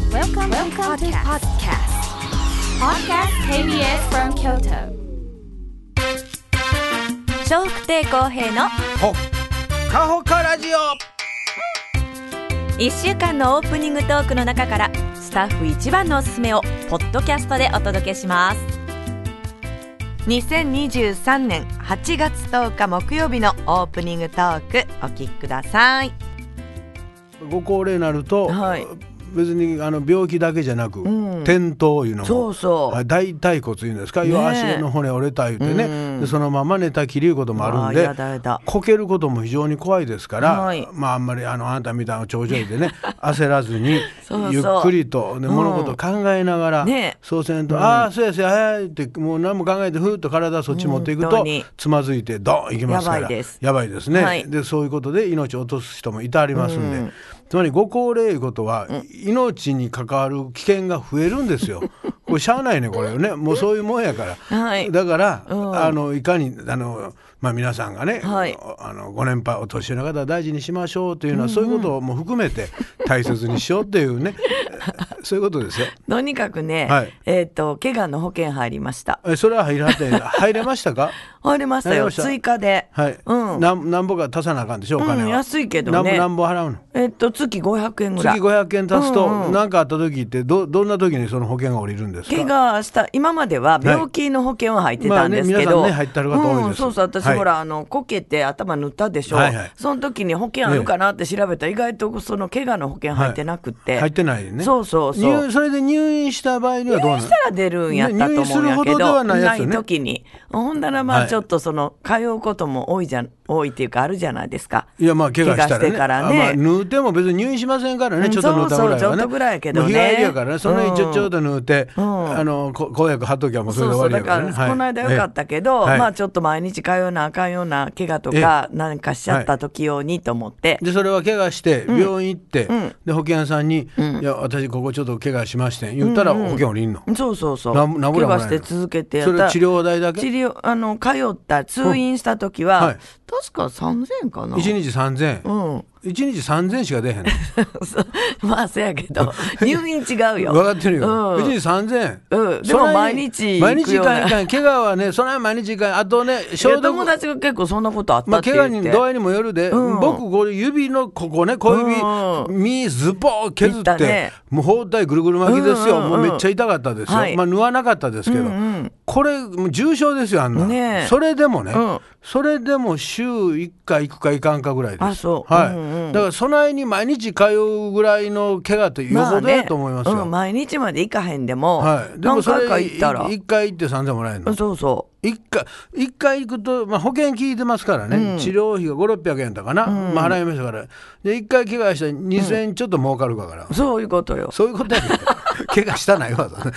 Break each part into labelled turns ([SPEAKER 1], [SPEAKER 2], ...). [SPEAKER 1] Welcome, to podcast.
[SPEAKER 2] Welcome to Podcast KBS from Kyoto.
[SPEAKER 1] 笑福亭公平の
[SPEAKER 3] ほっかほかラジオ
[SPEAKER 1] 1週間のオープニングトークの中からスタッフ一番のおすすめをポッドキャストでお届けします
[SPEAKER 4] 2023年8月10日木曜日のオープニングトークお聞きください
[SPEAKER 3] ご高齢になると、
[SPEAKER 4] はい
[SPEAKER 3] 別にあの病気だけじゃなく、
[SPEAKER 4] ん
[SPEAKER 3] 転倒いうのも
[SPEAKER 4] そうそう
[SPEAKER 3] あ大腿骨いうんですか、
[SPEAKER 4] ねえ
[SPEAKER 3] 要は足の骨折れたいうてね、
[SPEAKER 4] うん
[SPEAKER 3] でそのまま寝たきりいうこともあるん
[SPEAKER 4] あー
[SPEAKER 3] で
[SPEAKER 4] やだやだ
[SPEAKER 3] こけることも非常に怖いですから、
[SPEAKER 4] はい
[SPEAKER 3] まああんまりあのあなたみたいな頂 上でね焦らずに
[SPEAKER 4] そうそう
[SPEAKER 3] ゆっくりと、ね、
[SPEAKER 4] うん
[SPEAKER 3] 物事を考えながら、
[SPEAKER 4] ねえ
[SPEAKER 3] そうせんと「ああそうやそうやはい」ってもう何も考えてふーっと体そっち持っていく
[SPEAKER 4] 本
[SPEAKER 3] と、
[SPEAKER 4] 当に
[SPEAKER 3] つまずいてドンいきますから
[SPEAKER 4] やばいです
[SPEAKER 3] やばいですね、
[SPEAKER 4] はい
[SPEAKER 3] でそういうことで命を落とす人もいたりますんで、
[SPEAKER 4] うん
[SPEAKER 3] つまりご高齢いうことは、命に関わる危険が増えるんで すよ。これしゃあないねこれねもうそういうもんやから、
[SPEAKER 4] はい
[SPEAKER 3] だから、
[SPEAKER 4] ん
[SPEAKER 3] あのいかにあの、まあ、皆さんがね、
[SPEAKER 4] はい
[SPEAKER 3] あのご年配お年寄りの方は大事にしましょうというのは、そういうことも含めて大切にしようって いうねそういうことですよ。
[SPEAKER 4] とにかくね、
[SPEAKER 3] はい
[SPEAKER 4] えっ、と怪我の保険入りました
[SPEAKER 3] えそれは入 らて入れましたか
[SPEAKER 4] 入りました
[SPEAKER 3] 入り
[SPEAKER 4] よ
[SPEAKER 3] ました
[SPEAKER 4] 追加で、
[SPEAKER 3] はい、
[SPEAKER 4] うん
[SPEAKER 3] なんなんぼか足さなあかんでしょお金は、
[SPEAKER 4] うん安いけどね
[SPEAKER 3] なんぼなんぼ払うの
[SPEAKER 4] えっ、と月500円ぐら
[SPEAKER 3] 月
[SPEAKER 4] い
[SPEAKER 3] 500円足すと
[SPEAKER 4] うん
[SPEAKER 3] 何、
[SPEAKER 4] うん
[SPEAKER 3] なんかあった時ってどどんな時にその保険が降りるんですか
[SPEAKER 4] 怪我した今までは病気の保険は入ってたんですけど、
[SPEAKER 3] まあね皆さんね入ってる方多いです
[SPEAKER 4] うん、そうそう私、
[SPEAKER 3] はい
[SPEAKER 4] ほらあのこけて頭塗ったでしょ、
[SPEAKER 3] はいはい
[SPEAKER 4] その時に保険あるかなって調べたら、意外とその怪我の保険入ってなくて、
[SPEAKER 3] 入ってないね
[SPEAKER 4] そうそうそう
[SPEAKER 3] 入それで入院した場合にはどう
[SPEAKER 4] 入
[SPEAKER 3] なの
[SPEAKER 4] 院したら出るんやったと思うんやけ
[SPEAKER 3] 入院するほどで
[SPEAKER 4] ど、
[SPEAKER 3] はないやつね
[SPEAKER 4] 時に。ほんだらま
[SPEAKER 3] は
[SPEAKER 4] あ
[SPEAKER 3] い
[SPEAKER 4] ちょっとその、通うことも多いじゃん、多いっていうかあるじゃないですか。
[SPEAKER 3] いやまあ怪我したら
[SPEAKER 4] 怪
[SPEAKER 3] ね
[SPEAKER 4] 我してからね
[SPEAKER 3] あまあ、縫うても別に入院しませんからね、
[SPEAKER 4] うん
[SPEAKER 3] ちょっと縫うたぐらいはね
[SPEAKER 4] そうそうちょっとぐらいやけどね
[SPEAKER 3] もう日帰りやからねその日ちょ,、
[SPEAKER 4] うん
[SPEAKER 3] ちょっと縫うて、
[SPEAKER 4] ん
[SPEAKER 3] あのこ公約貼っときゃもうそ
[SPEAKER 4] そ
[SPEAKER 3] れ
[SPEAKER 4] うそう、
[SPEAKER 3] で終わり
[SPEAKER 4] だ
[SPEAKER 3] やか、
[SPEAKER 4] からら
[SPEAKER 3] ね、
[SPEAKER 4] この間よかったけど、
[SPEAKER 3] はい
[SPEAKER 4] まあちょっと毎日通うなあかんような怪我とか、なんかしちゃった時用にと思って。
[SPEAKER 3] でそれは怪我して病院行って、
[SPEAKER 4] ん
[SPEAKER 3] で保険屋さんに、いや私ここちょっと怪我しましてん言ったら保険降りんの、
[SPEAKER 4] そうそうそう。
[SPEAKER 3] なんなんぼ
[SPEAKER 4] 怪
[SPEAKER 3] なんも
[SPEAKER 4] 我
[SPEAKER 3] ない
[SPEAKER 4] し
[SPEAKER 3] の
[SPEAKER 4] て続けてや
[SPEAKER 3] そ
[SPEAKER 4] った
[SPEAKER 3] れ
[SPEAKER 4] ら。
[SPEAKER 3] 治療代だ
[SPEAKER 4] 治
[SPEAKER 3] け
[SPEAKER 4] 療、あの、通った、通院した時は、
[SPEAKER 3] はい
[SPEAKER 4] 確か3000円かな。
[SPEAKER 3] 一日三千
[SPEAKER 4] う
[SPEAKER 3] 円、
[SPEAKER 4] ん。
[SPEAKER 3] 一日三千円しか出へんの
[SPEAKER 4] そうまあ、そやけど、入院違うよ。
[SPEAKER 3] 分かってるよ、
[SPEAKER 4] うん
[SPEAKER 3] 一日三千円、
[SPEAKER 4] うんでも
[SPEAKER 3] そない
[SPEAKER 4] 毎日行
[SPEAKER 3] 毎
[SPEAKER 4] く
[SPEAKER 3] 日行
[SPEAKER 4] ような
[SPEAKER 3] かんいかん怪我はねそない毎日行かんあとね消
[SPEAKER 4] いや友
[SPEAKER 3] 毒
[SPEAKER 4] 達が結構そんなことあった
[SPEAKER 3] まあ、
[SPEAKER 4] って
[SPEAKER 3] 怪
[SPEAKER 4] 言
[SPEAKER 3] 我
[SPEAKER 4] って、
[SPEAKER 3] に度合いにもよるで、
[SPEAKER 4] うん
[SPEAKER 3] 僕これ指のここね小指、
[SPEAKER 4] う
[SPEAKER 3] 身ズボー削っ、
[SPEAKER 4] いってたね
[SPEAKER 3] もう包帯ぐるぐる巻きですよ、
[SPEAKER 4] うんうんうん
[SPEAKER 3] もうめっちゃ痛かったですよ、
[SPEAKER 4] はい
[SPEAKER 3] まあ縫わなかったですけど、これもう重症ですよあんな、
[SPEAKER 4] ねえ
[SPEAKER 3] それでもね、
[SPEAKER 4] うん
[SPEAKER 3] それでも週1回行くか行かんかぐらいです
[SPEAKER 4] あそう
[SPEAKER 3] はい
[SPEAKER 4] うんうん
[SPEAKER 3] だから備えに毎日通うぐらいの怪我ってよ
[SPEAKER 4] ま
[SPEAKER 3] ほ
[SPEAKER 4] あ
[SPEAKER 3] どや
[SPEAKER 4] ね
[SPEAKER 3] と思いますよ、
[SPEAKER 4] うん、毎日まで行かへんでも、
[SPEAKER 3] はい、でも
[SPEAKER 4] 何
[SPEAKER 3] それ
[SPEAKER 4] 回か行ったら
[SPEAKER 3] 1回行って3000もらえるの
[SPEAKER 4] そうそ
[SPEAKER 3] 一回一回行くと、まあ、保険聞いてますからね、治療費が5600円だかな、まあ、払いましたからで一回怪我したら2000円ちょっと儲かるかから、
[SPEAKER 4] うそういうことよ
[SPEAKER 3] そういうことや けど怪我したないわ
[SPEAKER 4] 怪我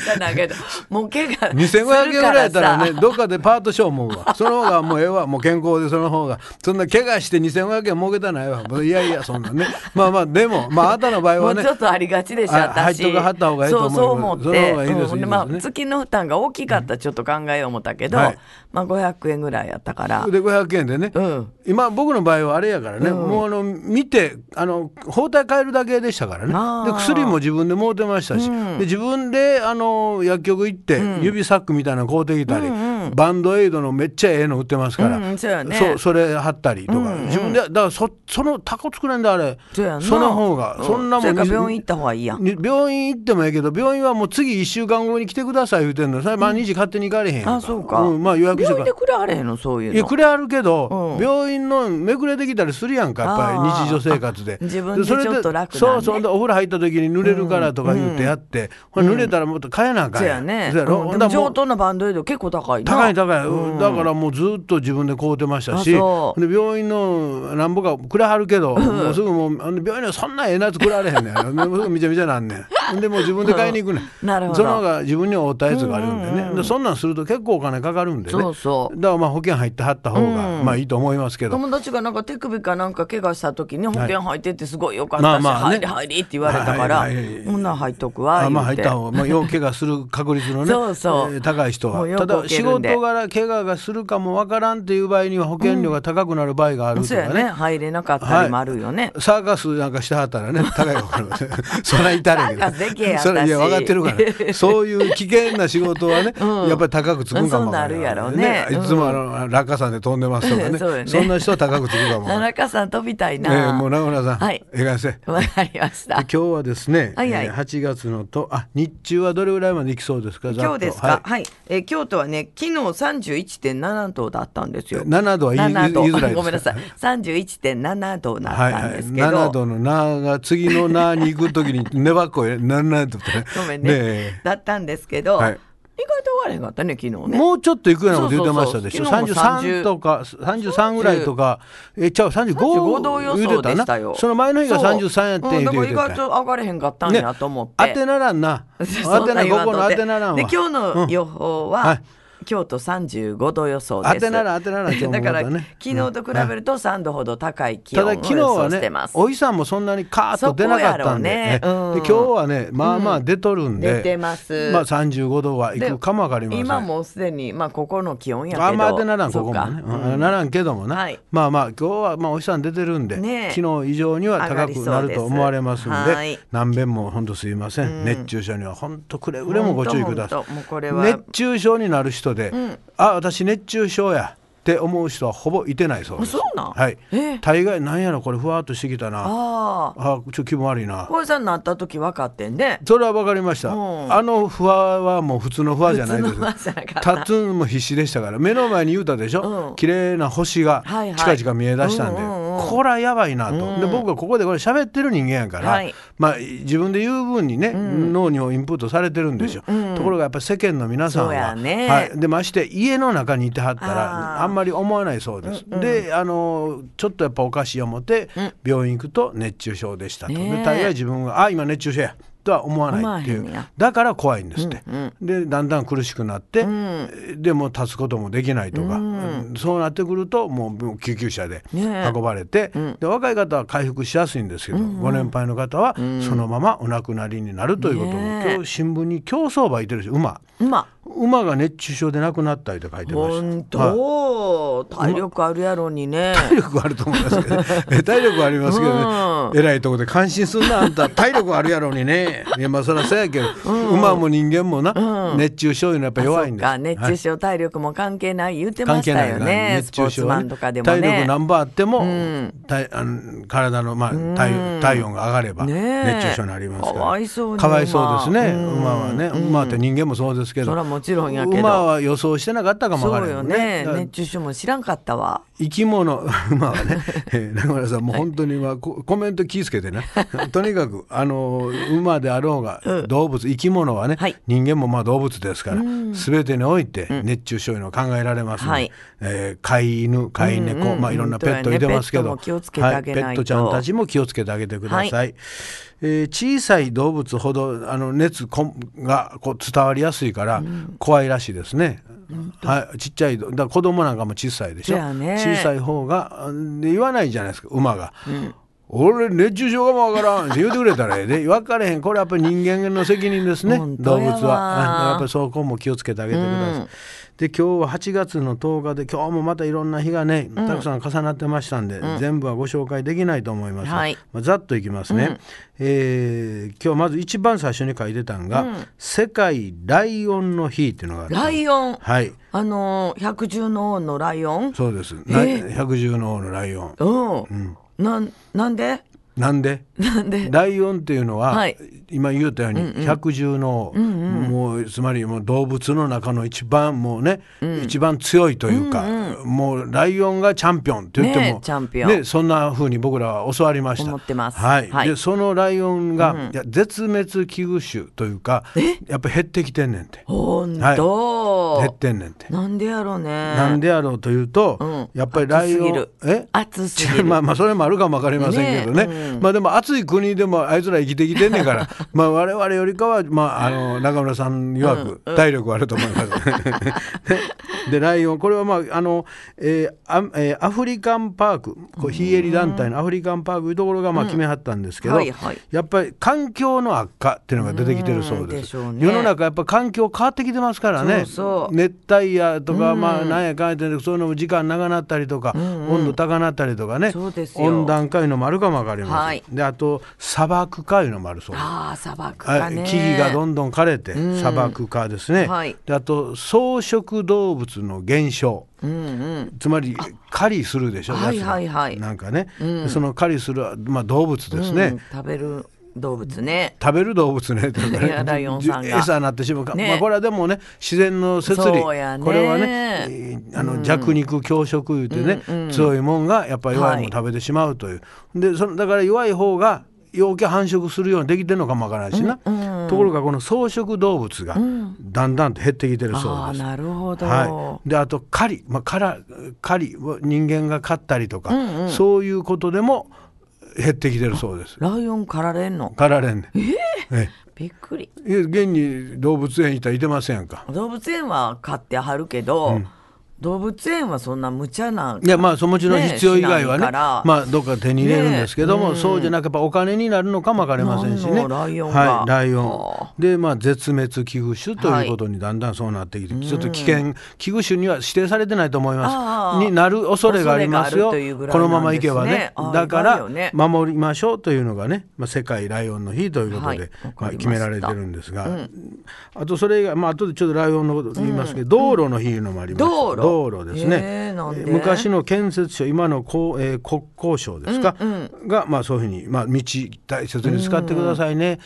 [SPEAKER 4] したんだけどもう怪我する
[SPEAKER 3] 2500
[SPEAKER 4] から
[SPEAKER 3] 円ぐらいやったらね
[SPEAKER 4] さ
[SPEAKER 3] どっかでパートショー思うわその方がもうええわもう健康でその方がそんな怪我して2500円儲けたないわもういやいやそんなねまあまあでもまああなたの場合
[SPEAKER 4] も
[SPEAKER 3] は
[SPEAKER 4] う
[SPEAKER 3] ね
[SPEAKER 4] ちょっとありがちでしょ
[SPEAKER 3] あ
[SPEAKER 4] 私
[SPEAKER 3] 入っとかはった方がいいと思う
[SPEAKER 4] そうそう思って
[SPEAKER 3] その方がいいですいいですね
[SPEAKER 4] うんまあ、月の負担が大きかったらちょっと考えよう思ったけど、
[SPEAKER 3] はい
[SPEAKER 4] まあ、500円ぐらいやったから、
[SPEAKER 3] で500円でね、
[SPEAKER 4] うん
[SPEAKER 3] 今僕の場合はあれやからね、もうあの見てあの包帯変えるだけでしたから
[SPEAKER 4] あ
[SPEAKER 3] ね
[SPEAKER 4] ー
[SPEAKER 3] で薬も自分でもうてましたし、で自分であの薬局行って、指サックみたいなの買うてきたり、バンドエイドのめっちゃええの売ってますから、
[SPEAKER 4] うんそうやね
[SPEAKER 3] それ貼ったりとか、自分でだからそそのタコ作れんだあれ
[SPEAKER 4] そうやな
[SPEAKER 3] の方が、
[SPEAKER 4] う
[SPEAKER 3] そんなもん
[SPEAKER 4] それから病院行った方がいいやん
[SPEAKER 3] に病院行ってもええけど病院はもう次1週間後に来てください言うてんのそれ毎日勝手に行かれへんやん
[SPEAKER 4] あそうか、
[SPEAKER 3] うんまあ予約して
[SPEAKER 4] 病
[SPEAKER 3] か
[SPEAKER 4] 院でくれはれへんのそういう
[SPEAKER 3] いや
[SPEAKER 4] の
[SPEAKER 3] くれはるけど、
[SPEAKER 4] うん
[SPEAKER 3] 病院のめくれてきたりするやんかやっぱ
[SPEAKER 4] あ
[SPEAKER 3] り
[SPEAKER 4] ー
[SPEAKER 3] 日常生活で
[SPEAKER 4] あ自分で
[SPEAKER 3] それ
[SPEAKER 4] ちょっと楽なんね
[SPEAKER 3] そうそうでお風呂入った時に濡れるからとか言ってやって、ほら濡れたらもっと変えなあかん
[SPEAKER 4] そうや
[SPEAKER 3] ん
[SPEAKER 4] ね、
[SPEAKER 3] そうやろ、
[SPEAKER 4] うん
[SPEAKER 3] ほ
[SPEAKER 4] で
[SPEAKER 3] んだ
[SPEAKER 4] も
[SPEAKER 3] らもう
[SPEAKER 4] 上等なバンドエイド結構高いな
[SPEAKER 3] 高い高い、だからもうずっと自分で買うてましたしで
[SPEAKER 4] あそう
[SPEAKER 3] 病院のなんぼかくれはるけど、もうすぐもうあの病院にはそんなええなやつくれはれへんねん もうすぐみちゃみちゃなんねんでもう自分で買いに行くねん
[SPEAKER 4] なるほど
[SPEAKER 3] その方が自分に合ったやつがあるんでね、でそんなんすると結構お金かかるんでね
[SPEAKER 4] そうそう
[SPEAKER 3] だからまあ保険入ってはった方が、まあいいと思いますけど
[SPEAKER 4] 友達がなんか手首かなんか怪我した時に保険入ってってすごいよかっ
[SPEAKER 3] まあ
[SPEAKER 4] たし、
[SPEAKER 3] まあね
[SPEAKER 4] 入り入りって言われたから、
[SPEAKER 3] はいはいはい
[SPEAKER 4] 女入っとくわ
[SPEAKER 3] あまあ入
[SPEAKER 4] 言
[SPEAKER 3] っ
[SPEAKER 4] うて
[SPEAKER 3] た方が、まあ、要怪我する確率のね
[SPEAKER 4] そうそう
[SPEAKER 3] えー高い人
[SPEAKER 4] もう
[SPEAKER 3] は
[SPEAKER 4] よく
[SPEAKER 3] ただ
[SPEAKER 4] 受
[SPEAKER 3] 仕
[SPEAKER 4] けるん
[SPEAKER 3] 事
[SPEAKER 4] で
[SPEAKER 3] 事柄怪我がするかもわからんっていう場合には保険料が高くなる場合があると
[SPEAKER 4] そうや
[SPEAKER 3] か
[SPEAKER 4] ね
[SPEAKER 3] ね。
[SPEAKER 4] 入れなかったりもあるよね、
[SPEAKER 3] サーカスなんかしてはった らね、高いかかる。そら痛いねんけど。
[SPEAKER 4] サーカスでけえやったし
[SPEAKER 3] それいや、分かってる から。そういう危険な仕事はね、
[SPEAKER 4] うん
[SPEAKER 3] やっぱり高くつくんかもわからん
[SPEAKER 4] そうなるやろね
[SPEAKER 3] いつもあの、落下山で飛んでますとか ね。
[SPEAKER 4] そう
[SPEAKER 3] そ
[SPEAKER 4] よね
[SPEAKER 3] んな人は高くつくかもわからん。
[SPEAKER 4] 奈良川さん飛びたい
[SPEAKER 3] え
[SPEAKER 4] な、
[SPEAKER 3] えもう中村さん、
[SPEAKER 4] はい
[SPEAKER 3] ええかせ。で
[SPEAKER 4] わかりました
[SPEAKER 3] 今日はですね、
[SPEAKER 4] はいはい
[SPEAKER 3] えー8月のと、あ、日中はどれぐらいまで行きそうですか、ざっと
[SPEAKER 4] 今日ですか、はい、えー京都はね、昨日三十一点七度だったんですよ。
[SPEAKER 3] 7度は言い
[SPEAKER 4] 7度
[SPEAKER 3] 言いづらいです
[SPEAKER 4] ごめんなさい、三十一点七度だ
[SPEAKER 3] はい
[SPEAKER 4] った
[SPEAKER 3] は
[SPEAKER 4] ん
[SPEAKER 3] い、
[SPEAKER 4] ですけど。
[SPEAKER 3] 7度の「な」が次の「な」に行くときに 粘っこい7度ってね
[SPEAKER 4] ごめんね
[SPEAKER 3] え
[SPEAKER 4] だったんですけど、
[SPEAKER 3] はい
[SPEAKER 4] 意外と終われへんかったね、昨日ね。
[SPEAKER 3] もうちょっと行くようなこと言ってましたでしょ
[SPEAKER 4] そうそうそう昨日も30
[SPEAKER 3] 33とか33ぐらいとかえちゃう
[SPEAKER 4] 35
[SPEAKER 3] 35
[SPEAKER 4] 度予
[SPEAKER 3] 言う
[SPEAKER 4] 想
[SPEAKER 3] て
[SPEAKER 4] で
[SPEAKER 3] た
[SPEAKER 4] した
[SPEAKER 3] な
[SPEAKER 4] よ。
[SPEAKER 3] その前の日が33やって
[SPEAKER 4] そううん
[SPEAKER 3] 言
[SPEAKER 4] だ
[SPEAKER 3] うて
[SPEAKER 4] から
[SPEAKER 3] 言
[SPEAKER 4] 意
[SPEAKER 3] うてた
[SPEAKER 4] 外
[SPEAKER 3] よ
[SPEAKER 4] と上がれへんかったんやと思って。
[SPEAKER 3] 当てならんな
[SPEAKER 4] そ
[SPEAKER 3] 当
[SPEAKER 4] ん
[SPEAKER 3] て
[SPEAKER 4] な
[SPEAKER 3] な
[SPEAKER 4] 言わ
[SPEAKER 3] こ
[SPEAKER 4] んと
[SPEAKER 3] こ
[SPEAKER 4] って
[SPEAKER 3] の当てならんわ
[SPEAKER 4] で今日の予報は、
[SPEAKER 3] うんはい
[SPEAKER 4] 京都35度予想です
[SPEAKER 3] 当てなら当てならって思う
[SPEAKER 4] だ
[SPEAKER 3] こと
[SPEAKER 4] か
[SPEAKER 3] だ
[SPEAKER 4] ら
[SPEAKER 3] ね
[SPEAKER 4] 昨日と比べると3度ほど高い気
[SPEAKER 3] た
[SPEAKER 4] 温を
[SPEAKER 3] だ
[SPEAKER 4] 予
[SPEAKER 3] 昨日は
[SPEAKER 4] 想して
[SPEAKER 3] ね
[SPEAKER 4] ます、
[SPEAKER 3] お日さんもそんなにカーッと出なかったんで,、
[SPEAKER 4] そこやろうねうん
[SPEAKER 3] で今日はねまあまあ出とるんで、
[SPEAKER 4] 出てます
[SPEAKER 3] まあ35度はい
[SPEAKER 4] で
[SPEAKER 3] くかもわかりません
[SPEAKER 4] 今もうすでにまあここの気温やけど
[SPEAKER 3] あんま当てならんここも
[SPEAKER 4] そ
[SPEAKER 3] ね
[SPEAKER 4] っ、か
[SPEAKER 3] うんならんけどもな、
[SPEAKER 4] はい
[SPEAKER 3] まあまあ今日はまあお日さん出てるんで、
[SPEAKER 4] ねえ
[SPEAKER 3] 昨日以上には高くなると思われますん
[SPEAKER 4] 上がりそうです
[SPEAKER 3] で何べんも本当すいません、熱中症には本当くれぐれもご注意くださ
[SPEAKER 4] ほんとほんともうこれ
[SPEAKER 3] い
[SPEAKER 4] は
[SPEAKER 3] 熱中症になる人で、あ私熱中症やって思う人はほぼいてないそうです
[SPEAKER 4] あそうなん
[SPEAKER 3] はい
[SPEAKER 4] ええ
[SPEAKER 3] 大概なんやろこれふわっとしてきたなあ
[SPEAKER 4] ああ
[SPEAKER 3] あちょっと気分悪いな
[SPEAKER 4] 小林さんなった時分かってんね
[SPEAKER 3] それは分かりました、
[SPEAKER 4] うん
[SPEAKER 3] あの不安はもう普通の不安じゃないで
[SPEAKER 4] 普
[SPEAKER 3] す
[SPEAKER 4] 通の不安じゃなかった
[SPEAKER 3] タツンも必死でしたから目の前に言うたでしょ、
[SPEAKER 4] うん
[SPEAKER 3] 綺麗な星が
[SPEAKER 4] はいはい
[SPEAKER 3] 近々見えだしたんで、
[SPEAKER 4] うんうんうん
[SPEAKER 3] こらやばいなと、
[SPEAKER 4] うん
[SPEAKER 3] で僕はここでこれ喋ってる人間やから、
[SPEAKER 4] はい
[SPEAKER 3] まあ、自分で言う分にね、脳にもインプットされてるんですよ、ところがやっぱ世間の皆さん
[SPEAKER 4] そうや
[SPEAKER 3] は、
[SPEAKER 4] ね
[SPEAKER 3] はい、でまして家の中にいてはった
[SPEAKER 4] あ
[SPEAKER 3] ら
[SPEAKER 4] ー
[SPEAKER 3] あんまり思わないそうです、であのちょっとやっぱおかしい思って、病院行くと熱中症でしたと、
[SPEAKER 4] ねえ
[SPEAKER 3] で大概自分が「あ今熱中症や」とは思わない
[SPEAKER 4] 思わ
[SPEAKER 3] ってい
[SPEAKER 4] へんね
[SPEAKER 3] う
[SPEAKER 4] や
[SPEAKER 3] だから怖いんですって、
[SPEAKER 4] うん
[SPEAKER 3] でだんだん苦しくなって、でもう立つこともできないとか、
[SPEAKER 4] うん
[SPEAKER 3] そうなってくるともうもう救急車で
[SPEAKER 4] ねえ
[SPEAKER 3] 運ばれて、
[SPEAKER 4] ん
[SPEAKER 3] で若い方は回復しやすいんですけど、ご年配の方はそのままお亡くなりになるということも、
[SPEAKER 4] ねえ
[SPEAKER 3] 今日新聞に競走馬いてるし馬
[SPEAKER 4] まあ
[SPEAKER 3] 馬が熱中症で亡くなったりと書いてました。
[SPEAKER 4] 本
[SPEAKER 3] はい
[SPEAKER 4] 当体力あるやろにね
[SPEAKER 3] 体力はあると思いますけど、ね、 え体力はありますけどね、えらいとこで感心すんなあ んた体力はあるやろうにねいやまあそりゃそうやけど、馬も人間もな、熱中症いうのはやっぱ弱いんです
[SPEAKER 4] あそっか熱中症体力も関係ない言ってま
[SPEAKER 3] 関
[SPEAKER 4] し
[SPEAKER 3] 係
[SPEAKER 4] た
[SPEAKER 3] ない
[SPEAKER 4] よ
[SPEAKER 3] よ
[SPEAKER 4] ね
[SPEAKER 3] ね
[SPEAKER 4] スポーツマンとかでもね
[SPEAKER 3] 体力何番あっても、
[SPEAKER 4] ん
[SPEAKER 3] 体あの体の、まあ、体体温が上がれば
[SPEAKER 4] ねえ
[SPEAKER 3] 熱中症になりますから
[SPEAKER 4] かわいそうに
[SPEAKER 3] かわいそうですね
[SPEAKER 4] 馬
[SPEAKER 3] 馬はね馬って人間もそうですけど
[SPEAKER 4] そらもちろんやけど
[SPEAKER 3] 馬は予想してなかったかもわ
[SPEAKER 4] そ
[SPEAKER 3] か
[SPEAKER 4] う
[SPEAKER 3] ら
[SPEAKER 4] よ
[SPEAKER 3] ん
[SPEAKER 4] ね
[SPEAKER 3] だから
[SPEAKER 4] 熱中症も知らんかったわ
[SPEAKER 3] 生き物 馬はね、えー中村さんもう本当にまあこコメント気ぃつけてね とにかくあの馬であろうが動物生き物はね、
[SPEAKER 4] はい
[SPEAKER 3] 人間もまあ動物ですから全てにおいて熱中症いうのは考えられますので、
[SPEAKER 4] はい
[SPEAKER 3] えー飼い犬飼い猫、
[SPEAKER 4] うんうん
[SPEAKER 3] まあ、いろんなペットいてますけど、
[SPEAKER 4] 本当やねペットも気をつけてあげないと
[SPEAKER 3] はい、ペットちゃんたちも気をつけてあげてください、
[SPEAKER 4] は
[SPEAKER 3] えー小さい動物ほどあの熱こんがこう伝わりやすいから怖いらしいですね。はい、ちっちゃいどだから子供なんかも小さいでしょ
[SPEAKER 4] そやね
[SPEAKER 3] 小さい方がで言わないじゃないですか馬が。俺熱中症かもわからんって言ってくれた らええで分かれへんこれやっぱり人間の責任ですね
[SPEAKER 4] 本
[SPEAKER 3] 動
[SPEAKER 4] 当
[SPEAKER 3] 物
[SPEAKER 4] やわ
[SPEAKER 3] はあやっぱりそこも気をつけてあげてください、
[SPEAKER 4] うん
[SPEAKER 3] で今日は8月の10日で今日もまたいろんな日がねたくさん重なってましたんで、全部はご紹介できないと思いますが、
[SPEAKER 4] はい
[SPEAKER 3] まあ、ざっといきますね、えー今日まず一番最初に書いてたんが「世界ライオンの日」っていうのがあった
[SPEAKER 4] ライオン
[SPEAKER 3] はい
[SPEAKER 4] あのー百獣の王のライオン
[SPEAKER 3] そうです。
[SPEAKER 4] え
[SPEAKER 3] な百獣の王のライオン。
[SPEAKER 4] うん、なんなんで
[SPEAKER 3] なんで
[SPEAKER 4] なんで
[SPEAKER 3] ライオンっていうのは、
[SPEAKER 4] はい
[SPEAKER 3] 今言ったように百獣の王、もうつまりもう動物の中の一番もうね、一番強いというか、もうライオンがチャンピオンって言っても、
[SPEAKER 4] ねえチャンピオン
[SPEAKER 3] ねそんな風に僕らは教わりました。
[SPEAKER 4] 思ってます
[SPEAKER 3] はい。
[SPEAKER 4] はい
[SPEAKER 3] でそのライオンが、いや絶滅危惧種というか、やっぱ減ってきてんねんて。
[SPEAKER 4] ほんと、
[SPEAKER 3] 減ってんねんて。
[SPEAKER 4] なんでやろうね
[SPEAKER 3] なんでやろうというと、
[SPEAKER 4] ん
[SPEAKER 3] やっぱりライオ
[SPEAKER 4] 暑
[SPEAKER 3] ン
[SPEAKER 4] すぎる暑すぎる
[SPEAKER 3] まあまあそれもあるかもわかりませんけどね
[SPEAKER 4] ねえ
[SPEAKER 3] まあでも暑い国でもあいつら生きてきてんねんから まあ我々よりかはまああの中村さん曰く体力はあると思います、 でライオンこれはまああの、えーあえーアフリカンパークこう非営利団体のアフリカンパークいうところがまあ決めはったんですけど、
[SPEAKER 4] はいはい
[SPEAKER 3] やっぱり環境の悪化っていうのが出てきてるそうです。
[SPEAKER 4] うんでしょうね
[SPEAKER 3] 世の中やっぱ環境変わってきてますから
[SPEAKER 4] そ
[SPEAKER 3] ね
[SPEAKER 4] うそう
[SPEAKER 3] 熱帯夜とか、まあなんやかんやってそういうのも時間長なったりとか、温度高なったりとかね
[SPEAKER 4] そうですよ
[SPEAKER 3] 温暖化いうのもあるかもわかります、
[SPEAKER 4] はい
[SPEAKER 3] であと砂漠化いうのもあるそうです。
[SPEAKER 4] ああ砂漠
[SPEAKER 3] は
[SPEAKER 4] か
[SPEAKER 3] い
[SPEAKER 4] ね
[SPEAKER 3] 木々がどんどん枯れて砂漠化ですね、
[SPEAKER 4] はい
[SPEAKER 3] であと草食動物の減少、つまり狩りするでしょ
[SPEAKER 4] はい
[SPEAKER 3] やつ
[SPEAKER 4] はいはい
[SPEAKER 3] なんかね、でその狩りする、まあ、動物ですね、
[SPEAKER 4] うん食べる動物ね
[SPEAKER 3] 食べる動物ねとかね
[SPEAKER 4] いやライオンさんが
[SPEAKER 3] 餌になってしまうか、
[SPEAKER 4] ね
[SPEAKER 3] まあ、これはでもね自然の摂理
[SPEAKER 4] そうやね
[SPEAKER 3] これはねえーあの弱肉強食いうてね、強いもんがやっぱり弱いもん食べてしまうという、でそのだから弱い方が陽気繁殖するようにできてるのかもわからないしな、ところがこの草食動物がだんだんと減ってきてるそう
[SPEAKER 4] ああ
[SPEAKER 3] です。
[SPEAKER 4] なるほど、
[SPEAKER 3] はい、であと狩り、まあ、から狩りを人間が狩ったりとか、そういうことでも減ってきてるそうです。
[SPEAKER 4] ライオン狩られんの
[SPEAKER 3] 狩られんねん。ええ
[SPEAKER 4] びっくり
[SPEAKER 3] いや現に動物園いたらいてませんか
[SPEAKER 4] 動物園は飼ってはるけど、動物園はそんな無茶ない
[SPEAKER 3] やまあそのうちの
[SPEAKER 4] ねえ
[SPEAKER 3] 必要以外は
[SPEAKER 4] しな
[SPEAKER 3] ね
[SPEAKER 4] いから
[SPEAKER 3] まあどっか手に入れるんですけども、そうじゃなくばお金になるのかも分かりませんしね
[SPEAKER 4] なんのライオンが
[SPEAKER 3] はい、ライ
[SPEAKER 4] は
[SPEAKER 3] オンでまあ絶滅危惧種ということにだんだんそうなってきて、ちょっと危険危惧種には指定されてないと思い
[SPEAKER 4] あ
[SPEAKER 3] ま
[SPEAKER 4] あ
[SPEAKER 3] すになる恐れがありますよ
[SPEAKER 4] 恐れがあるというぐらい
[SPEAKER 3] このままいけば
[SPEAKER 4] なんで
[SPEAKER 3] ね
[SPEAKER 4] すねああ
[SPEAKER 3] だか
[SPEAKER 4] 意外よ
[SPEAKER 3] ら
[SPEAKER 4] ね
[SPEAKER 3] 守りましょうというのがね、まあ、世界ライオンの日ということで、
[SPEAKER 4] はいわ
[SPEAKER 3] ま
[SPEAKER 4] かりました
[SPEAKER 3] あ、決められてるんですが、あとそれ以外、まあ後でちょっとライオンのこと言いますけど、道路の日いうのもあります
[SPEAKER 4] 道路
[SPEAKER 3] 道路ですね、
[SPEAKER 4] えーなんで
[SPEAKER 3] 昔の建設省今のこう、えー国交省ですか、が、まあ、そういうふうに、まあ、道大切に使ってくださいね、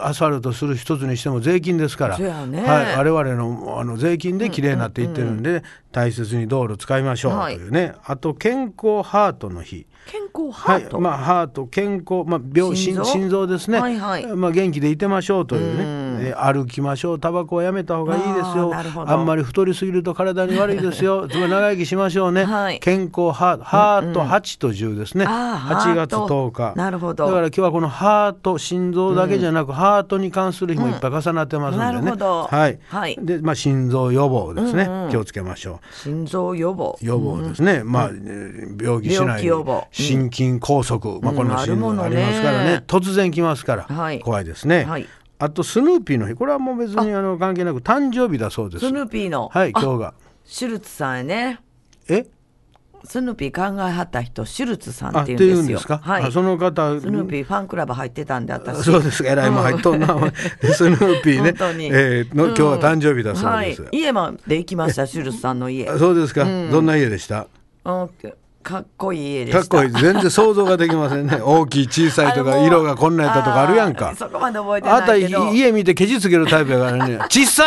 [SPEAKER 3] アスファルトする一つにしても税金ですから、
[SPEAKER 4] そうやね
[SPEAKER 3] はい、我々のあの税金できれいになっていってるんで、大切に道路使いましょうというね、あと健康ハートの日。
[SPEAKER 4] 健康ハ
[SPEAKER 3] は
[SPEAKER 4] ー
[SPEAKER 3] い
[SPEAKER 4] ト、
[SPEAKER 3] まあ、ハート健康、まあ、病
[SPEAKER 4] 心
[SPEAKER 3] 心
[SPEAKER 4] 臓
[SPEAKER 3] 心臓ですね、
[SPEAKER 4] はいはい
[SPEAKER 3] まあ、元気でいてましょうというね、えー歩きましょうタバコはやめた方がいいですよ
[SPEAKER 4] あーなるほど
[SPEAKER 3] あんまり太りすぎると体に悪いで すよつまり長生きしましょうね、
[SPEAKER 4] はい
[SPEAKER 3] 健康ハートハート8と10ですね、
[SPEAKER 4] あー
[SPEAKER 3] 8月
[SPEAKER 4] ハート
[SPEAKER 3] 10日
[SPEAKER 4] なるほど
[SPEAKER 3] だから今日はこのハート心臓だけじゃなく、ハートに関する日もいっぱい重なってますんでね、
[SPEAKER 4] うんなるほど
[SPEAKER 3] はい、
[SPEAKER 4] はい
[SPEAKER 3] で、まあ、心臓予防ですね、気をつけましょう
[SPEAKER 4] 心臓予防
[SPEAKER 3] 予防ですね、まあ、えー病気し
[SPEAKER 4] 病
[SPEAKER 3] な
[SPEAKER 4] 気
[SPEAKER 3] い
[SPEAKER 4] 予防
[SPEAKER 3] 心筋梗塞、まあ、この
[SPEAKER 4] あ
[SPEAKER 3] 心
[SPEAKER 4] るも
[SPEAKER 3] 臓
[SPEAKER 4] の
[SPEAKER 3] ありますからね,、
[SPEAKER 4] ね
[SPEAKER 3] 突然来ますから、
[SPEAKER 4] はい
[SPEAKER 3] 怖いですね、
[SPEAKER 4] はい
[SPEAKER 3] あとスヌーピーの日これはもう別にあの関係なく誕生日だそうです
[SPEAKER 4] スヌーピーの、
[SPEAKER 3] はい今日が
[SPEAKER 4] シュルツさんやね
[SPEAKER 3] え
[SPEAKER 4] スヌーピー考えはった人シュルツさん
[SPEAKER 3] あ
[SPEAKER 4] っ
[SPEAKER 3] って
[SPEAKER 4] て
[SPEAKER 3] い
[SPEAKER 4] 言うん
[SPEAKER 3] う
[SPEAKER 4] で
[SPEAKER 3] ん
[SPEAKER 4] す
[SPEAKER 3] で
[SPEAKER 4] よ
[SPEAKER 3] すか、
[SPEAKER 4] はい
[SPEAKER 3] あその方
[SPEAKER 4] スヌーピーファンクラブ入ってたんで私
[SPEAKER 3] そうですかえらいもん入っとんな、お前 スヌーピーね
[SPEAKER 4] 本当に
[SPEAKER 3] えーの今日は誕生日だそう
[SPEAKER 4] は
[SPEAKER 3] で
[SPEAKER 4] い
[SPEAKER 3] す、
[SPEAKER 4] 家まで行きましたシュルツさんの家
[SPEAKER 3] あそうですか、どんな家でした
[SPEAKER 4] うんかっこいい家で
[SPEAKER 3] か
[SPEAKER 4] し
[SPEAKER 3] ったこいい全然想像ができませ んね大きい小さいと
[SPEAKER 4] あの
[SPEAKER 3] か
[SPEAKER 4] もう
[SPEAKER 3] 色がこんなんやったとかあるやん
[SPEAKER 4] あ
[SPEAKER 3] か
[SPEAKER 4] ーそこまで覚えて
[SPEAKER 3] あな
[SPEAKER 4] な
[SPEAKER 3] た
[SPEAKER 4] いけど
[SPEAKER 3] い家見てケチつけるタイプやか らね「ちっさ!」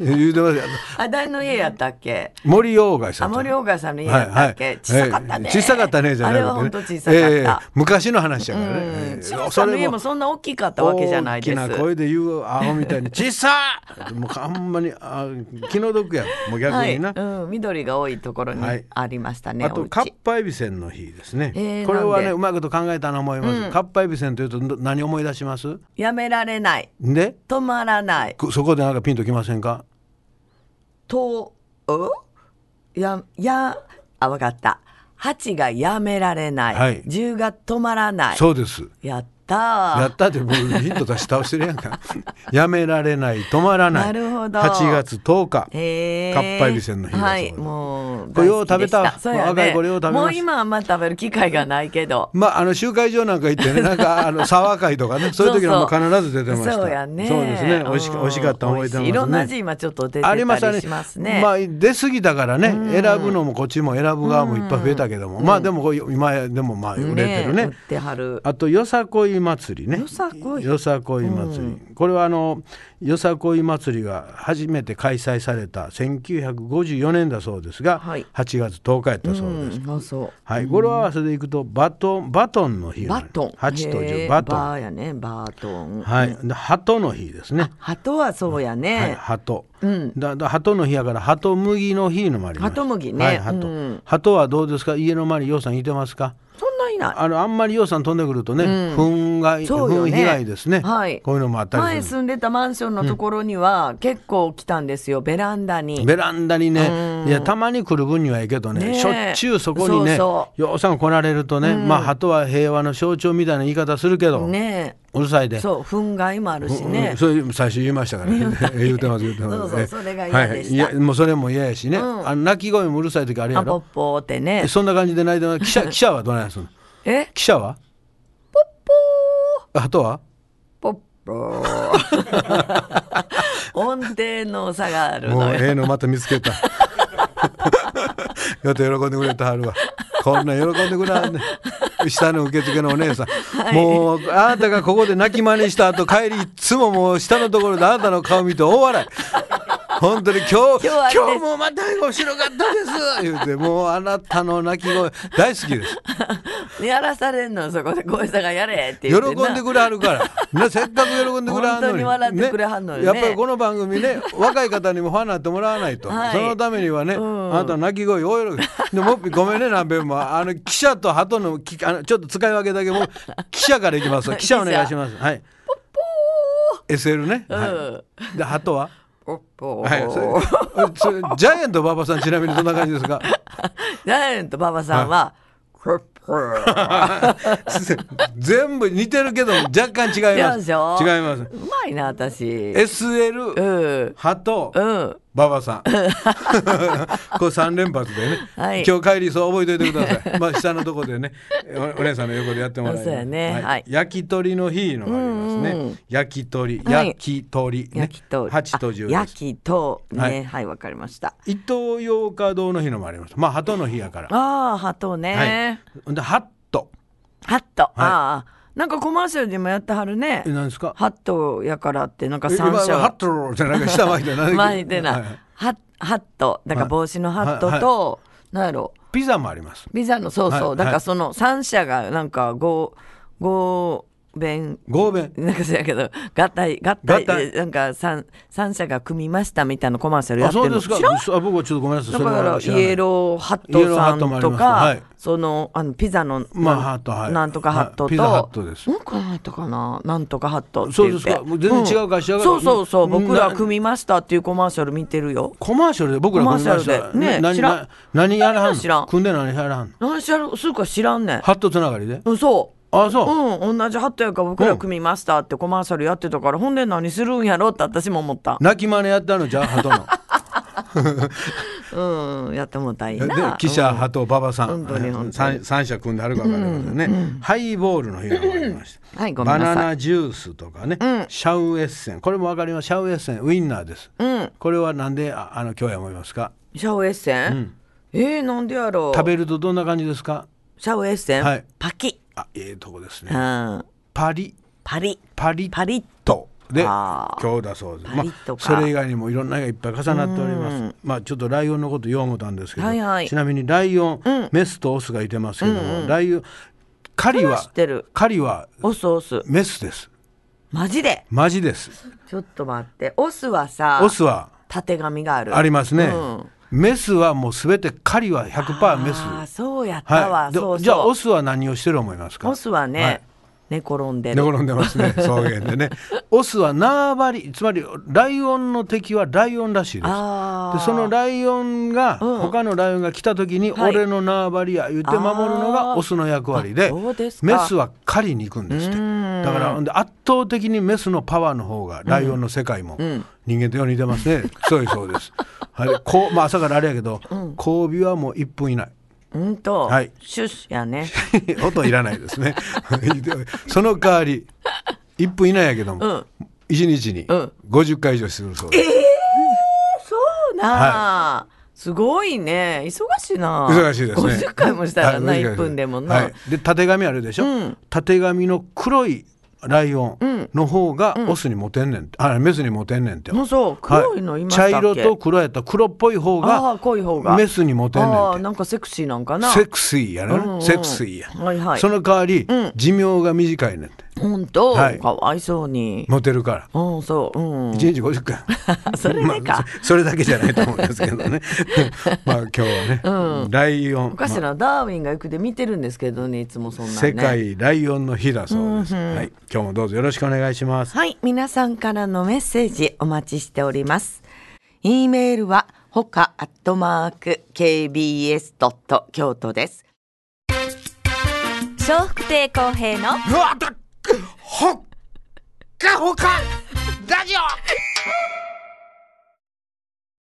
[SPEAKER 3] 言うてますよ
[SPEAKER 4] あ誰の家やったっけ
[SPEAKER 3] 森鴎外さ
[SPEAKER 4] あ
[SPEAKER 3] ん
[SPEAKER 4] 森鴎外さんの家やったっけ、小さかったね、
[SPEAKER 3] ええ小さかったねじゃ
[SPEAKER 4] あ
[SPEAKER 3] なく
[SPEAKER 4] れ
[SPEAKER 3] て、ね、
[SPEAKER 4] は本当小さかった、
[SPEAKER 3] ええ昔の話やからね、ええ
[SPEAKER 4] シュルツさんの家もそんな大きかったわけじゃないです
[SPEAKER 3] 大きな声で言うアホみた いに「ちっさ!」もうあんまりあ気の毒やもう逆
[SPEAKER 4] はい、
[SPEAKER 3] にな、
[SPEAKER 4] うん、緑が多いところに
[SPEAKER 3] はい
[SPEAKER 4] ありましたね、
[SPEAKER 3] あと
[SPEAKER 4] お家
[SPEAKER 3] カッパエビセンの日ですね、
[SPEAKER 4] えー
[SPEAKER 3] これは
[SPEAKER 4] なん
[SPEAKER 3] ね
[SPEAKER 4] で
[SPEAKER 3] うまいこと考えたな思います、カッパエビセンというとど何思い出します
[SPEAKER 4] やめられない
[SPEAKER 3] で
[SPEAKER 4] 止まらない
[SPEAKER 3] くそこでなんかピンときませんか
[SPEAKER 4] とうややあわかった八がやめられない、
[SPEAKER 3] はい
[SPEAKER 4] 十が止まらない
[SPEAKER 3] そうです
[SPEAKER 4] やったー
[SPEAKER 3] やったってもうヒント出し倒してるやんか やめられない止まらない
[SPEAKER 4] なるほど
[SPEAKER 3] 8月10日
[SPEAKER 4] へー
[SPEAKER 3] かっぱえびせんの日だそうで
[SPEAKER 4] はいもう
[SPEAKER 3] これよう食べた
[SPEAKER 4] 大好きでしそうやね
[SPEAKER 3] 若い頃よう食べました
[SPEAKER 4] もう今あんま食べる機会がないけど
[SPEAKER 3] まあ、あの集会場なんか行ってね、なんか あの沢会とかね、そういう時はもう必ず出てました。
[SPEAKER 4] そうやね。
[SPEAKER 3] そうですね、美味しか、
[SPEAKER 4] うん
[SPEAKER 3] 美味しかったの覚
[SPEAKER 4] 美味
[SPEAKER 3] えてます
[SPEAKER 4] し
[SPEAKER 3] ね。
[SPEAKER 4] いいろんな味今ちょっと出てたりしますね。
[SPEAKER 3] ありますありまあ出過ぎたからね、選ぶのもこっちも選ぶ側もいっぱい増えたけども、まあでもこう今やでもまあ売れてるね
[SPEAKER 4] 売ってはる。
[SPEAKER 3] あとよさこい祭りね
[SPEAKER 4] よさこい
[SPEAKER 3] よさこい祭り、これはあのよさこい祭りが初めて開催された1954年だそうですが、
[SPEAKER 4] はい
[SPEAKER 3] 8月10日やったそうです、
[SPEAKER 4] うん、あそう。
[SPEAKER 3] はい、語呂合わせでいくとバトンバトンの日
[SPEAKER 4] バトン。
[SPEAKER 3] 8と
[SPEAKER 4] へ
[SPEAKER 3] 10
[SPEAKER 4] ー
[SPEAKER 3] バトン
[SPEAKER 4] バーやね。バートン。
[SPEAKER 3] はいで鳩の日ですね
[SPEAKER 4] 鳩はそうやね。
[SPEAKER 3] はい鳩、だだ鳩の日やから鳩麦の日のもあります
[SPEAKER 4] 鳩麦ね
[SPEAKER 3] はい鳩、
[SPEAKER 4] うん
[SPEAKER 3] 鳩はどうですか家の周りようさんいてますか
[SPEAKER 4] そんないない。
[SPEAKER 3] あのあんまり予算飛んでくるとね、糞害、
[SPEAKER 4] そうよ
[SPEAKER 3] 糞
[SPEAKER 4] ね
[SPEAKER 3] 被害ですね、
[SPEAKER 4] はい
[SPEAKER 3] こういうのもあったりする
[SPEAKER 4] 前住んでたマンションのところには結構来たんですよ、ベランダに。
[SPEAKER 3] ベランダにね、いやたまに来る分にはいいけどね
[SPEAKER 4] ねえ
[SPEAKER 3] しょっちゅうそこにね
[SPEAKER 4] そ
[SPEAKER 3] ようさん来られるとね、まあ鳩は平和の象徴みたいな言い方するけど、
[SPEAKER 4] ね
[SPEAKER 3] うるさいで
[SPEAKER 4] え、そう、憤慨もあるし
[SPEAKER 3] うん
[SPEAKER 4] ね。
[SPEAKER 3] そういう最初言いましたからね 言ってます言ってます
[SPEAKER 4] そうそう
[SPEAKER 3] ね
[SPEAKER 4] それが嫌でした
[SPEAKER 3] はい、いやもうそれも嫌やしね、あの泣き声もうるさい時あるや
[SPEAKER 4] あ、ポッ
[SPEAKER 3] ろ
[SPEAKER 4] ポーってね。
[SPEAKER 3] そんな感じで泣いてます記者記者はどないするの
[SPEAKER 4] え
[SPEAKER 3] 記者はポッポー鳩は
[SPEAKER 4] ポッポ ー。音程の差がある
[SPEAKER 3] もう
[SPEAKER 4] のよ。
[SPEAKER 3] ええのまた見つけた よって喜んでくれてはるわこんなん喜んでくれはんね下の受付のお姉さん、もうあなたがここで泣き真似した後帰りいつももう下のところであなたの顔見て大笑い本当に今日今
[SPEAKER 4] 日はあれ
[SPEAKER 3] 日
[SPEAKER 4] です
[SPEAKER 3] もまた面白かったです言うてもうあなたの泣き声大好きです
[SPEAKER 4] やらされんの、そこで声差がやれって
[SPEAKER 3] 喜
[SPEAKER 4] 言ってな。
[SPEAKER 3] んでくれはる からなせっかく喜んでくれ
[SPEAKER 4] 本
[SPEAKER 3] はんのに
[SPEAKER 4] 当に笑ってくれはんのよね
[SPEAKER 3] やっぱりこの番組ね若い方にもファンになってもらわないと、
[SPEAKER 4] はい
[SPEAKER 3] そのためにはね、
[SPEAKER 4] ん
[SPEAKER 3] あなたの泣き声大喜びでもっぴごめんね何べんもあの記者と鳩のきあのちょっと使い分け だけもう記者からいきますわ記者お願いしますはいポッポー SL ね、はい、で鳩は
[SPEAKER 4] ポッポ
[SPEAKER 3] はい、
[SPEAKER 4] ー。
[SPEAKER 3] それそれジャイアント馬場さんちなみにどんな感じで すか
[SPEAKER 4] ジャイアント馬場さんは、クッポー。
[SPEAKER 3] 全部似てるけど若干違いま
[SPEAKER 4] 違
[SPEAKER 3] す
[SPEAKER 4] うでしょ
[SPEAKER 3] 違います
[SPEAKER 4] うまいな、私。
[SPEAKER 3] SL、
[SPEAKER 4] うん。
[SPEAKER 3] 鳩、
[SPEAKER 4] うん。
[SPEAKER 3] 馬場さん これ三連発でね、
[SPEAKER 4] はい
[SPEAKER 3] 今日帰りそう覚えといてくださいまあ下のとこでねおお姉さんの横でやってもらいます
[SPEAKER 4] そうやねはい
[SPEAKER 3] 焼き鳥の日のがありますね、焼き鳥
[SPEAKER 4] はい
[SPEAKER 3] 焼き鳥、ね
[SPEAKER 4] 焼きと、
[SPEAKER 3] 八と十
[SPEAKER 4] あ
[SPEAKER 3] で
[SPEAKER 4] 焼
[SPEAKER 3] す
[SPEAKER 4] きと、
[SPEAKER 3] は
[SPEAKER 4] ね、
[SPEAKER 3] い
[SPEAKER 4] はい、わ、かりました。
[SPEAKER 3] 伊東洋華堂の日のもありますまあ鳩の日やから
[SPEAKER 4] ああ、ハトね。
[SPEAKER 3] はいでハット
[SPEAKER 4] ハット、ああ、なんかコマーシャルでもやってはるね
[SPEAKER 3] え。何ですか
[SPEAKER 4] ハットやからって、なんか
[SPEAKER 3] え今
[SPEAKER 4] 三社
[SPEAKER 3] ハ
[SPEAKER 4] は。
[SPEAKER 3] ットじゃなんか下巻い てない
[SPEAKER 4] 前で
[SPEAKER 3] はい
[SPEAKER 4] な、ハッ、ハット、だから
[SPEAKER 3] はい
[SPEAKER 4] 帽子のハットと、なんやろ
[SPEAKER 3] ピザもあります
[SPEAKER 4] ビザの、そうそう、
[SPEAKER 3] はい
[SPEAKER 4] だか
[SPEAKER 3] は
[SPEAKER 4] ら
[SPEAKER 3] い
[SPEAKER 4] その三社が、なんか、ご、ご、弁。
[SPEAKER 3] 合弁
[SPEAKER 4] なんかそうやけど、合体、合体、
[SPEAKER 3] 合体
[SPEAKER 4] なんか三、三社が組みましたみたいなコマーシャルや
[SPEAKER 3] あ
[SPEAKER 4] って
[SPEAKER 3] そ
[SPEAKER 4] る
[SPEAKER 3] うですか
[SPEAKER 4] 知らん
[SPEAKER 3] 嘘あ僕はちょっとごめんなさい
[SPEAKER 4] だ
[SPEAKER 3] それ
[SPEAKER 4] か
[SPEAKER 3] は
[SPEAKER 4] ら
[SPEAKER 3] 知らな
[SPEAKER 4] イ
[SPEAKER 3] い
[SPEAKER 4] エローハッ
[SPEAKER 3] イエ
[SPEAKER 4] ト
[SPEAKER 3] ローハ
[SPEAKER 4] さ
[SPEAKER 3] ットも
[SPEAKER 4] ん
[SPEAKER 3] あり
[SPEAKER 4] と
[SPEAKER 3] ます
[SPEAKER 4] か、
[SPEAKER 3] はい
[SPEAKER 4] そのあのピザの、
[SPEAKER 3] まあ
[SPEAKER 4] なん
[SPEAKER 3] ハットはい
[SPEAKER 4] なんとかハットと、
[SPEAKER 3] はいピザハットです
[SPEAKER 4] なんかなんやったかな、なんとかハットって
[SPEAKER 3] そ
[SPEAKER 4] 言
[SPEAKER 3] う
[SPEAKER 4] って。
[SPEAKER 3] ですかもう全然違う会社が
[SPEAKER 4] んそうそうそう、
[SPEAKER 3] うん
[SPEAKER 4] 僕ら組みましたっていうコマーシャル見てるよ。
[SPEAKER 3] コマーシャルで僕ら組みました
[SPEAKER 4] コマーシャルでね
[SPEAKER 3] 何
[SPEAKER 4] 知らん
[SPEAKER 3] 何やらはんの
[SPEAKER 4] 知らん
[SPEAKER 3] 組んで何やらはんの
[SPEAKER 4] 何しゃるするか知らんねん。
[SPEAKER 3] ハットつながりで
[SPEAKER 4] うんそう。
[SPEAKER 3] あそう、
[SPEAKER 4] うん、同じハットやから僕ら組みましたってコマーシャルやってたから、ほんで何するんやろって私も思った。
[SPEAKER 3] 泣き真似やったのじゃあ ハトの
[SPEAKER 4] うん、やってもうたらいい
[SPEAKER 3] で
[SPEAKER 4] な。
[SPEAKER 3] 記者、
[SPEAKER 4] うん
[SPEAKER 3] ハト馬場さん
[SPEAKER 4] 本当に本当に
[SPEAKER 3] 三三社組んであるか分かりませんね、ハイボールの日がありました
[SPEAKER 4] はい、ごめ
[SPEAKER 3] バ
[SPEAKER 4] んな
[SPEAKER 3] ナ
[SPEAKER 4] さい。
[SPEAKER 3] ナジュースとかね、シャウエッセンこれも分かりますシャウエッセンウインナーです、これはなんでああの今日や思いますか
[SPEAKER 4] シャウエッセン、えー、なんでやろう。
[SPEAKER 3] 食べるとどんな感じですか
[SPEAKER 4] シャウエッセン、
[SPEAKER 3] はい
[SPEAKER 4] パキ
[SPEAKER 3] あええとこです
[SPEAKER 4] ッ、う
[SPEAKER 3] ね
[SPEAKER 4] ん、
[SPEAKER 3] パリ
[SPEAKER 4] パリッ
[SPEAKER 3] パリ
[SPEAKER 4] パリッ
[SPEAKER 3] とで
[SPEAKER 4] あー
[SPEAKER 3] 今日だそうです、
[SPEAKER 4] パ
[SPEAKER 3] ま
[SPEAKER 4] リッと
[SPEAKER 3] あ、
[SPEAKER 4] か
[SPEAKER 3] それ以外にもいろんな絵がいっぱい重なっておりますまあちょっとライオンのこと読むたんですけど、
[SPEAKER 4] はいはい
[SPEAKER 3] ちなみにライオン、メスとオスがいてますけども、ライオン狩り
[SPEAKER 4] 知
[SPEAKER 3] は
[SPEAKER 4] ってる
[SPEAKER 3] 狩りは
[SPEAKER 4] オスオス
[SPEAKER 3] メスです
[SPEAKER 4] マジで
[SPEAKER 3] マジです
[SPEAKER 4] ちょっと待ってオスはさ
[SPEAKER 3] オスは
[SPEAKER 4] たてがみがある
[SPEAKER 3] ありますね、
[SPEAKER 4] うん
[SPEAKER 3] メスはもうすべて狩りは100%メス
[SPEAKER 4] あーそうやったわ、
[SPEAKER 3] はいで
[SPEAKER 4] そうそう
[SPEAKER 3] じゃあオスは何をしてる思いますか
[SPEAKER 4] オスはね、
[SPEAKER 3] はい
[SPEAKER 4] 寝転んで
[SPEAKER 3] 寝
[SPEAKER 4] る
[SPEAKER 3] 転んでま すね草原でねオスは縄張りつまりライオンの敵はライオンらしいです
[SPEAKER 4] あー
[SPEAKER 3] でそのライオンが、他のライオンが来た時に、
[SPEAKER 4] はい
[SPEAKER 3] 俺の縄張りや言って守るの
[SPEAKER 4] あー
[SPEAKER 3] がオスの役割で
[SPEAKER 4] あそうですか
[SPEAKER 3] メスは狩りに行くんですってだからほんで圧倒的にメスのパワーの方がライオンの世界も、人間とように似てま すね強いそうです、はいこうまあ、朝からあれやけど、交尾はもう1分以内
[SPEAKER 4] うんと、
[SPEAKER 3] はい
[SPEAKER 4] シュッやね
[SPEAKER 3] 音いらないですね その代わり1分以内やけども、一1日に
[SPEAKER 4] ん
[SPEAKER 3] 50回以上するそうです、
[SPEAKER 4] そうなあ、すごいね忙しいな
[SPEAKER 3] 忙しいですね。
[SPEAKER 4] 50回もしたらな、
[SPEAKER 3] はい
[SPEAKER 4] 1分でもな、
[SPEAKER 3] はいで、たてがみあるでしょ。たてがみの黒いライオンの方がオスにモテんねん。あ、メスにモテんねんって。
[SPEAKER 4] もうそう黒いのいましたっ
[SPEAKER 3] は
[SPEAKER 4] け、
[SPEAKER 3] 茶色と黒やったら黒っぽい方
[SPEAKER 4] ああ
[SPEAKER 3] が
[SPEAKER 4] 濃い方が
[SPEAKER 3] メスにモテんね
[SPEAKER 4] ああ
[SPEAKER 3] んっ
[SPEAKER 4] なんかセクシーなんか
[SPEAKER 3] て。
[SPEAKER 4] な
[SPEAKER 3] セクシーやね、
[SPEAKER 4] うん
[SPEAKER 3] セクシーや。
[SPEAKER 4] はいはい
[SPEAKER 3] その代わり、寿命が短いねんって。
[SPEAKER 4] 本当、
[SPEAKER 3] はい
[SPEAKER 4] かわいそうに。
[SPEAKER 3] モテるから。
[SPEAKER 4] うん、そう、うん。
[SPEAKER 3] 1日50回。
[SPEAKER 4] それで
[SPEAKER 3] まあ
[SPEAKER 4] か。、
[SPEAKER 3] そそれだけじゃないと思いますけど ね。まあ今日はね、ライオン、
[SPEAKER 4] 昔
[SPEAKER 3] まあ
[SPEAKER 4] のダーウィンが行くで見てるんですけどね、いつもそんなんね。
[SPEAKER 3] 世界ライオンの日だそうです、はい。今日もどうぞよろしくお願いします。
[SPEAKER 4] はい、皆さんからのメッセージお待ちしております。e メールはほかアットマーク kbs ドット京都です。
[SPEAKER 1] 笑福亭公平の
[SPEAKER 3] うわだっほっかほかラジオ